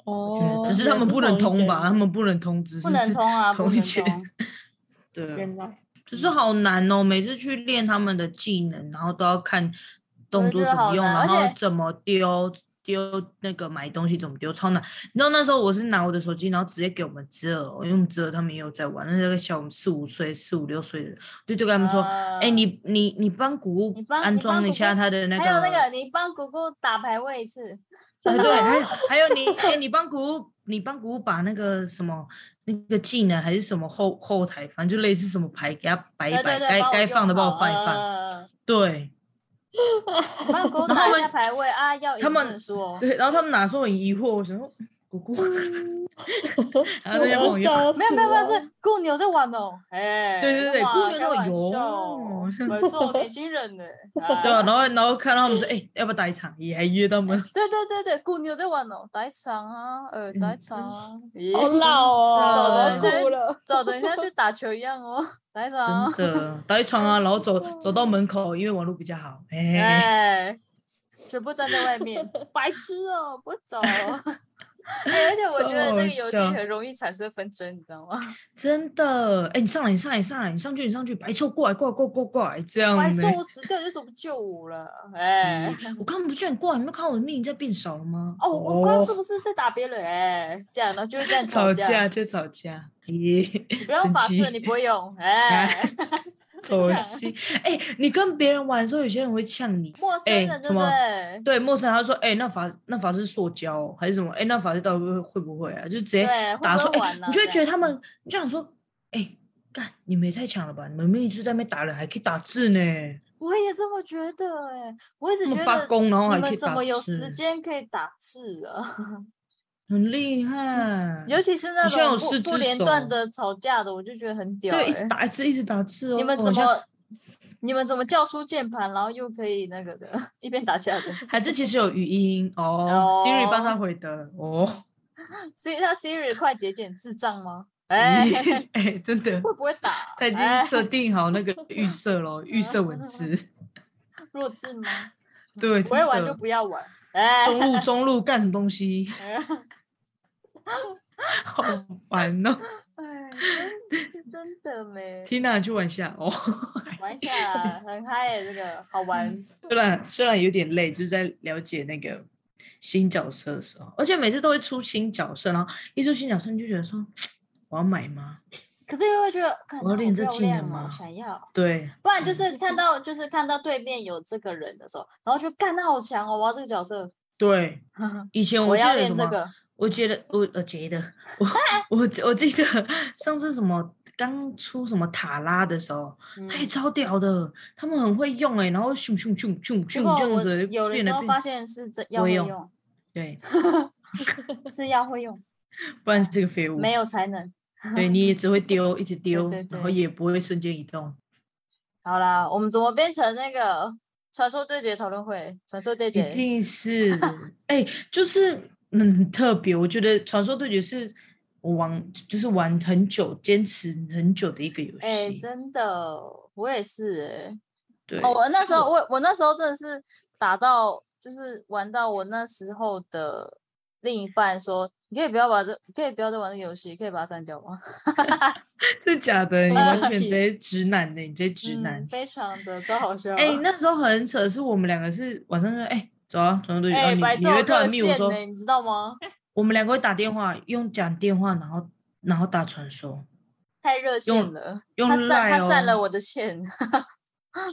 哦，
只是他们不能通吧？他
们
们不能通，只是
不能通啊，不
同一
能
间
通，
对啊，
原来
就是好难哦。每次去练他们的技能，然后都要看动作
我觉得
怎么用，
嗯好难
然
而
后
且
怎么丢丢那个买东西怎么丢，超难。你知道那时候我是拿我的手机，然后直接给我们侄儿，因为我们侄儿他们也有在玩，那个小我们四五岁、四五六岁的，就就跟他们说，
哎
哎、你你你帮谷
你
物
帮
安
你帮
装一
谷
下
物
他的那个，
还有那个，你帮姑姑打排位一次，
啊，对， 还有还有你，哎、你帮谷物，你帮谷物把那个什么那个技能还是什么后后台，反正就类似什么牌给他摆一
对
摆，
对对，
该
帮
该
用
放的帮我
好
放一放。
呃
对
帮姑姑
然后
打
他
一
们
下排位啊，要赢
他
不
们
能输 哦。
对，然后他们哪时候很疑惑，我想说姑姑，然后在那边帮
我
我用。
笑
没有没有没有，
死了
是雇牛在玩哦，哎，
对对对
哇
雇牛在玩
开玩
哟
笑没错，年轻人 呢，哎
对啊，然后然后看到他们说，哎、要不要打一场？也还约他们，
对对对对，雇牛在玩哦，打一场啊，呃，打一场啊，
嗯
咦
好老
走
哦，
的
就是
哭了，
走，等一下就打球一样哦，打一场啊，
真的打一场 啊，然后走走到门口，因为网络比较好，哎、
哎，全部站在外面，白痴哦，不走 哦。哎，而且我觉得那个游戏
超好笑
很容易产生纷争，你知道吗？
真的，哎、你上来，你上来，你上来，你上去，你上去，白臭过来，过来，过来，过来，过来，这样、
我还
欸。
说我死掉就是不救我了，哎，
我看不见过来，你没有看我的命在变少了吗？
哦，我刚刚是不是在打别人？哎，这样，然后就会这样
吵
架
架，就吵 架，咦，
你不用法
生
式，
气
你不会用，哎，
走心。哎、你跟别人玩的时候，有些人会呛你。
陌生
哎
人对
怎
不
么
对？
对，陌生人他说，哎、那法那法是塑胶、哦、还是什么？哎、那法是到底会会不会啊？就直接
对会
打
不
说，
会
哎、
玩啊
你就会
这
觉得
样
他们，你就想说，哎、干，你们也太强了吧？你们明明就在那边打人，还可以打字呢，
我也这么觉得，哎，我一直
这
觉
么
得
八公，然后还啊
你
可以
们怎
打
么有时
字，
间可以打字啊？
很厉害。
尤其是那
你现在有
种
四
不不
只
连
手
段的吵架的，我就觉得很屌，
对，一
哎
直，打一直一直打字哦。
你们
我
怎
像
么？你们怎么叫出键盘，然后又可以那个的，一边打架的？
还是其实有语音
哦
哦，Siri 帮他回的哦。
所以他 Siri 快捷键智障吗？哎， 会
哎，真 的，
不会 打？
他已经
哎
设定好 那个预设了，预设文字。
弱智 吗？
对，
不会玩
真
就
的
不要玩。哎，
中路中路干什么东西？ 好烦哦！
哎，真就真的 没
Tina 去玩一下哦。
玩一下啊，很嗨欸，这个好玩。
虽然虽然有点累，就是在了解那个新角色的时候，而且每次都会出新角色，然后一出新角色你就觉得说，我要买吗？
可是又会觉得，看
我要
她好
练这
漂
技能
亮哦
吗
想要，
对，
不然就是
嗯
看到就是看到对面有这个人的时候，然后就干，他好强哦，我要这个角色，
对，以前嗯我记
要
得有什
练这
么。
个。
我觉得我我觉得我 我记我记得上次什么刚出什么塔拉的时候，
嗯
哎、超屌的，他们很会用哎、然后咻咻咻咻咻
结果
这样
我
子
有的
变
时
得
候
变
发现是真要
会
会
用
用，
对，
是要会用，
不然是个废物。
没有才能。
对，你也只会丢，一 直丢，
对
然后
对
也不会瞬间移动。
好啦，我们怎么变成那个传说对决讨论会？传说对决
一定是，哎、就是嗯很特别。我觉得《传说对决》是我玩，就是玩很久、坚持很久的一个游戏。
哎、真的，我也是哎、
对，
哦，我那时候我我那时候真的是打到，就是玩到我那时候的另一半说，你可以不要把这，可以不要再玩这个游戏，可以把它删掉吗？
真的假的？你完全
气
直接直男欸的，你直接直男
呃嗯，。非常的超好笑。
哎、那时候很扯，是我们两个是晚上就说，哎、走啊，传说对决，
哎、
然后
白
你
痴
你
我
会突然
热
密我
线
说
呢、，你知道吗？
我们两个会打电话，用讲电话，然后然后打传说，
太热线
用
了，
用
他占
赖
他
哦，
占了我的线。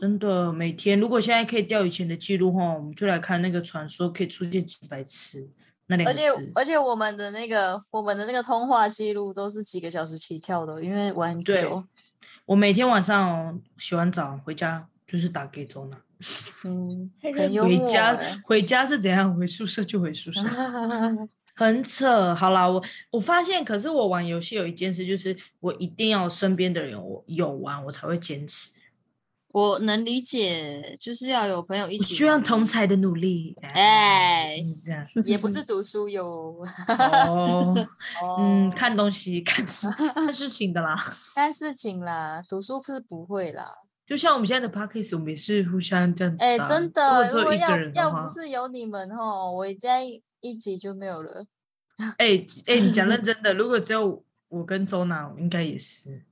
真的每天。如果现在可以调以前的记录哈，我们就来看那个传说可以出现几百次，那两
而
个
且
字。
而且我们的那个我们的那个通话记录都是几个小时起跳的，因为玩
对
久，
我每天晚上哦洗完澡回家就是打给钟了，
嗯，
太认
很幽
回
默
家
欸。
回家是怎样？回宿舍就回宿舍，很扯。好啦，我我发现，可是我玩游戏有一件事，就是我一定要身边的人有有玩，我才会坚持。
我能理解，就是要有朋友一起，
需要同，才的努力，
哎
就是这样
也不是读书哟。
哦，嗯，
哦
看东西、看 事、看事情的啦。
看事情啦，读书是不会啦。
就像我们现在的 p a c k a g e 我们也是互相这样子打。啊
哎、真
如
的，
果只
如
有
果
一个
要
人的
要
话
不，是有你们吼，我家一一集就没有了。
哎哎，你 讲认真的，如果只有我跟周娜，应该也是。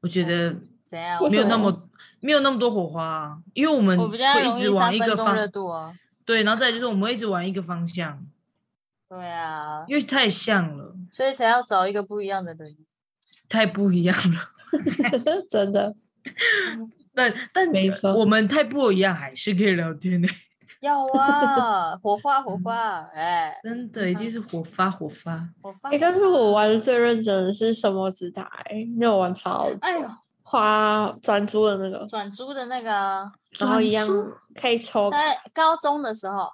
我
哦
觉得
怎样？
为
没有
什
那
么
么没有那么多火花啊，因为我们
我比较
会
容
一直
易
往
三
一
分
个
钟
方
热度啊。
对，然后再来就是我们会一直往一个方向，
对啊，
因为太像了，
所以才要找一个不一样的人。
太不一样了。
真的，
但但
没错
我们太不一样，还是可以聊天的。
要啊，火花火花，哎、
真的，一定是火发火发。
火花。
哎、但是我玩的最认真的是什么直打、欸？那我玩超久，
哎呦，
花转珠的那个，
转租的那个啊，
然后一样
转珠
可以抽，
在高中的时候，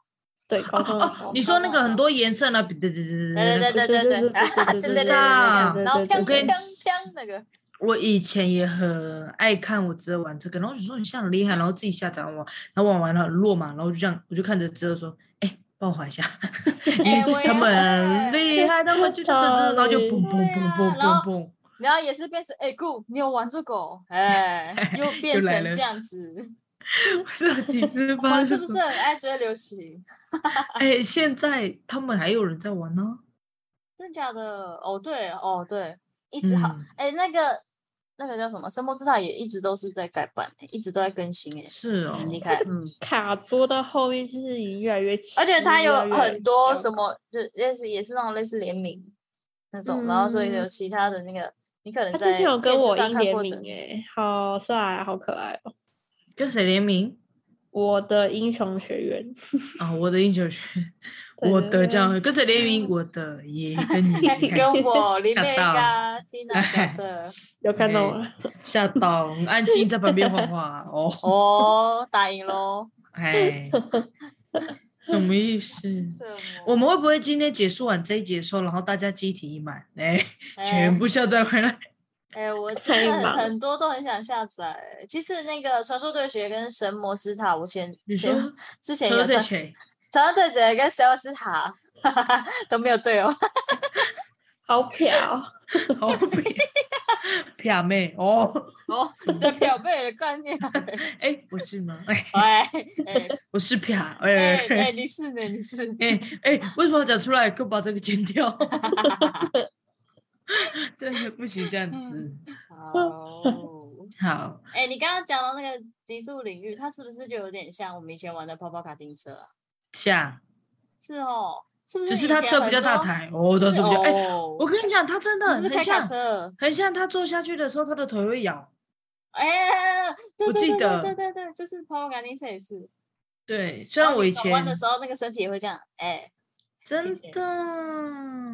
对，高中的时
哦
候，，
你说那个很多颜色呢？对对对对
对对对对对
对对
对
对对
对
对
对，
啊
然后砰
对对
我跟
砰
你
砰砰那个，
我以前也很爱看，我侄儿玩这个，然后我就说你像很厉害，然后自己下载玩，然后玩完了很弱嘛，然后就这样，我就看着侄儿说，哎、帮我玩一下，
哎
因
我
为
也
他们
会
很厉害，他们就这这，然后就嘣嘣
对
嘣
啊
嘣
然
嘣
后
嘣，
然后也是变成哎姑，你有玩这个哦？哎，又变
又来
成
了
这样子，
我是几次
我
发
们
生
是
什
不
么
是？很爱追流行？
哎、现在他们还有人在玩呢、
真假的？哦对哦对，一直好
嗯
哎那个。那个叫什么《神魔之塔》也一直都是在改版、欸一直都在更新哎、
是哦，
很厉害。嗯，
卡多到后面就是已经越来越轻，
而且
嗯
它
越
有
来越
很多
没
什
有
么，就类似也是那种类似联名那种，然后所以有
嗯
其他的那个，你可能
他
在
之前有跟
电视
我
上
英
看
联
过
名
的。
哎，好帅啊，好可爱哦！
跟谁联名
我的英雄学院，
啊？我的英雄 学院，
对
我
对
的这
对
样跟谁联名？我的也跟你
嗯 你跟 我林
看
贝
到
嘎、Tina 角色
有看到
哎
吗？
吓到，很安静在旁边画画哦，
哦，打赢喽！
哎，什么意思？
什么
我们会不会今天结束完这一节的时候，然后大家集体一满，哎，
哎
全部下载回来？
哎，我
太
真的很
忙
很多都很想下载。欸其实那个《传说对决》跟《神魔之塔》，我前
你说
前之前
车
有
在
传《
谁？
传说对决》跟《神魔之塔》都没有对哦。
好漂，
好撇 撇妹哦，
哦，这表妹的概念。
哎，我是吗？哎，
哎哎
我是撇，
哎
哎
哎，
哎
你是呢？你是呢？
哎，为什么要讲出来？给我把这个剪掉。 真的不行，这
嗯
样子
哦，
好。
哎，你刚刚讲到那个极速领域，它是不是就有点像我们以前玩的泡泡卡丁车啊？
下，
是哦，是不
只
是？
是他车比较大，台哦，他
是
车
不
比较
是
哎，
哦
我跟你讲，他真的
是不
很
是开卡
像，
车？
很像他坐下去的时候，他的腿会摇。
哎，对
我
对
记
对对
得
对对对，就是泡泡卡丁车也是。
对，虽然
后
我
哦你
以
转
前
弯的时候，那个身体也会这样，哎，
真
谢谢
的，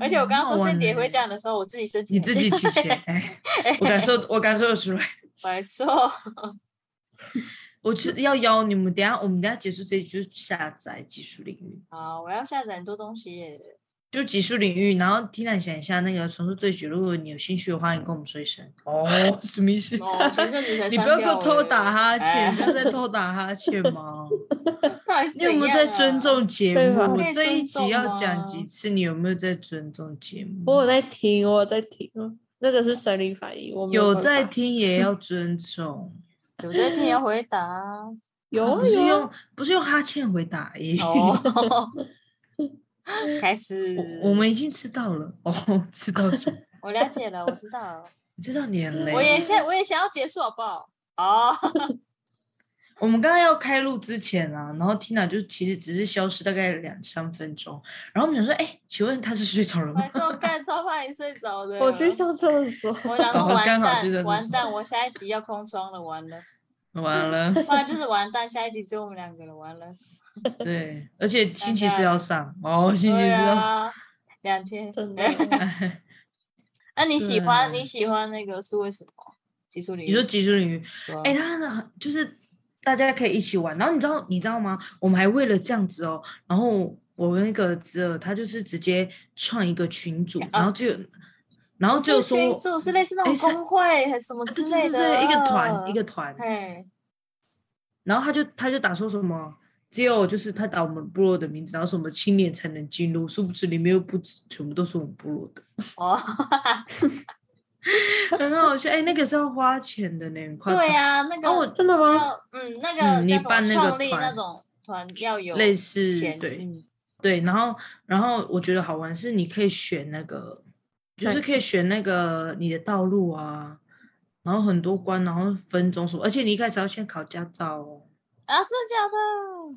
而且我刚刚
好
说
玩
身体也
欸
会这样的时候，我自己身体
你
也
自
会
己起 钱，哎，我感受，我感受得出来。
哎没错，
我是要邀你们，等一下我们等一下结束这一局就下载技术领域，
好，我要下载很多东西耶。
就技术领域，然后听你想一下那个重塑对决，如果你有兴趣的话，你跟我们说一声。哦， 什么意思？
哦，前阵子 才
你
删
不要给
掉
我偷
而已
打哈欠，
哎
不要 再偷打哈欠嘛。
到 底是
你有没有
怎
在
样啊
尊？重节
对啊吧
目？我
被
这一
尊
集要
重啊
讲
吗
几次？你有没有在尊重节目？
我有在听，我有在听，这个是生理反应，我没
有
办
在
法
听也要尊重，
我在听人回 答啊。
有
不
啊
是
有啊
用不是用哈欠回答耶。
哦，开始
我我们已经知道了哦，知道什么？
我了解了，我知道了。
知道年龄。
我也想，我也想要结束，好不好？哦，
我们刚刚要开录之前啊，然后 Tina 就其实只是消失大概两三分钟，然后我们想说，哎，请问他是睡着了
我
吗
还？是我干超怕你睡着的。
我去上厕所，
我想说
哦
完
刚好就在这
蛋，完
说
蛋，我下一集要空窗了，完了，
完了，
不然就是完蛋，下一集只有我们两个了，完了。
对，而且星期四
大概
要上哦，星期
对
四要上。
啊，两天。
真 的
啊那你喜欢
对
你喜欢那个是为什么？技术领域
你说集中领域，
对啊
哎、他呢很就是大家可以一起玩。然后你知道你知道吗？我们还为了这样子哦，然后我那个侄儿他就是直接创一个群组，然后就然后
不
就是说嗯哎
群哦组是类似那种
诶是
工会还是什么
啊
之
对
类
对对
的，嗯
对，一个团一个团，
嘿，
然后他就他就打说什么。只有就是他打我们部落的名字，然后什么青年才能进入，殊不知里面又不止全部都是我们部落的，
哦，
很好笑。哎、那个是要花钱的呢，很夸张
对啊呀、那个、
哦
真的吗？
嗯，那个
嗯
叫
你
什么
办那个
创立
团
那种团要有
类似
钱，
对
嗯
对，然后然后我觉得好玩是你可以选那个，就是
对
可以选那个你的道路啊，然后很多关，然后分钟数，而且你一开始要先考驾照哦，
啊，真的假的？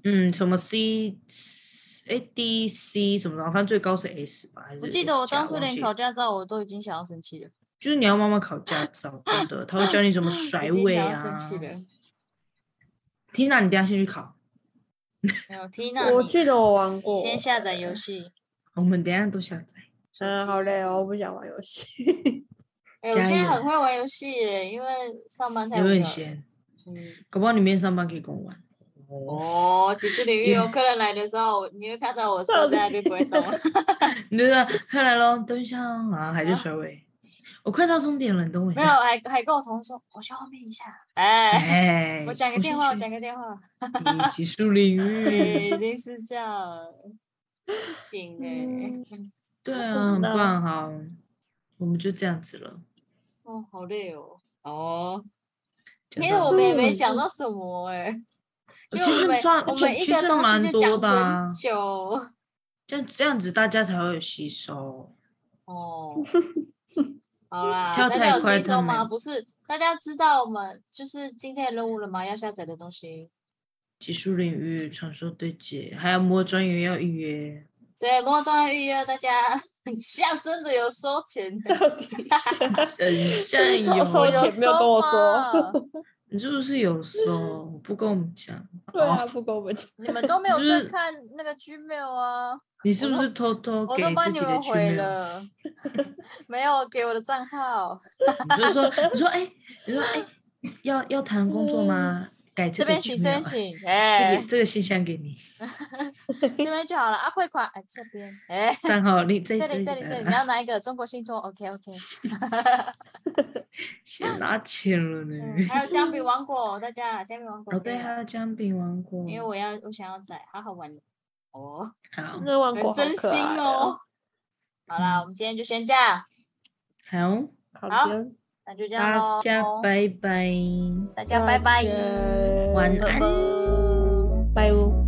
嗯，什么 C 哎 D C 什么的，反正最高是 S 吧，还是
我记得
S
我
加
当初
忘
连
记
考
了，
驾照我都已经想要生气了，
就是你要慢慢考驾照，真的，他会教 你怎么甩
已经
尾
想要
啊。
生气了。
Tina，你等一下先去考，
没有，Tina，
我
你
记得我玩
你
过，
先下载游戏。
我们等一下都下载。
嗯，好累哦，我不想玩 游戏。
哎、我
呃加
现在
油啊
很会玩游戏耶，因为上班太
有
无
点
聊了
闲，
嗯，
搞不好你明天上班可以跟我玩。
哦，技术领域有客人来的时候，你会看到我车在那边不会动。
你真的快来喽！等一下哦啊，还在甩尾，我快到终点了，你等我一
没有，
下。
还还跟我同事说，我去后面一下。哎，
哎，
我讲个电话，我讲个电话。
个技术领域，
对，一 定是这样，不行
嗯
哎、
对
我
啊，不
不知道
然好，我们就这样子了。
哦，好累哦。哦，
讲
因为
到
我们也没
嗯
讲到什么哎、因为
呃其
我
实
们
算
我
就
们一
其
个
实
东
蛮
西就
多
讲
的啊
很，久
这样这样子大家才会有吸收。
哦。 好啦，
跳
大
太
家有
快
吸收
看没
吗？不是，大家知道我们就是今天的任务了吗？要下载的东西。
技术领域传说对决，还有魔专员要预约。
对，魔装预约，大家 很像真的有收钱的，
真
是
像
偷收
有啊
钱没有跟我说
吗
你是不是有收？不跟我们 讲。
对啊，
哦，
不跟我们讲，
你们都没有
你是不
在
是
看那个 Gmail 啊？
你是
我
不
都
是偷偷
我
给
都帮
自
你
己的
们回
Gmail？
了，没有给我的账号，
你就说， 你说，哎、你说，哎、要要谈工作吗？改
嗯
这
这
个
边请，这边
Gmail，
请，
啊 这
哎、
个这个信箱给你，
这边就好了啊，汇款，哎，这边，哎、
账号你这
这里，这里，这里，你
里，哎
要拿一个中国信托，OK，OK，、
先拿钱了
嗯，
呢。
还有姜饼王国，大家姜饼王国，
哦，对，嗯还有姜饼王国，
因为我要，我想要宰，好好玩哦，
好，
那玩过
很
好
真
可
心
爱
哦。。好啦，
嗯
我们今天就先这样，
好，
好
好
的，
那就这样喽
大，家拜拜，
大家拜拜，嗯
再见
晚
拜
安。
拜。
拜哦。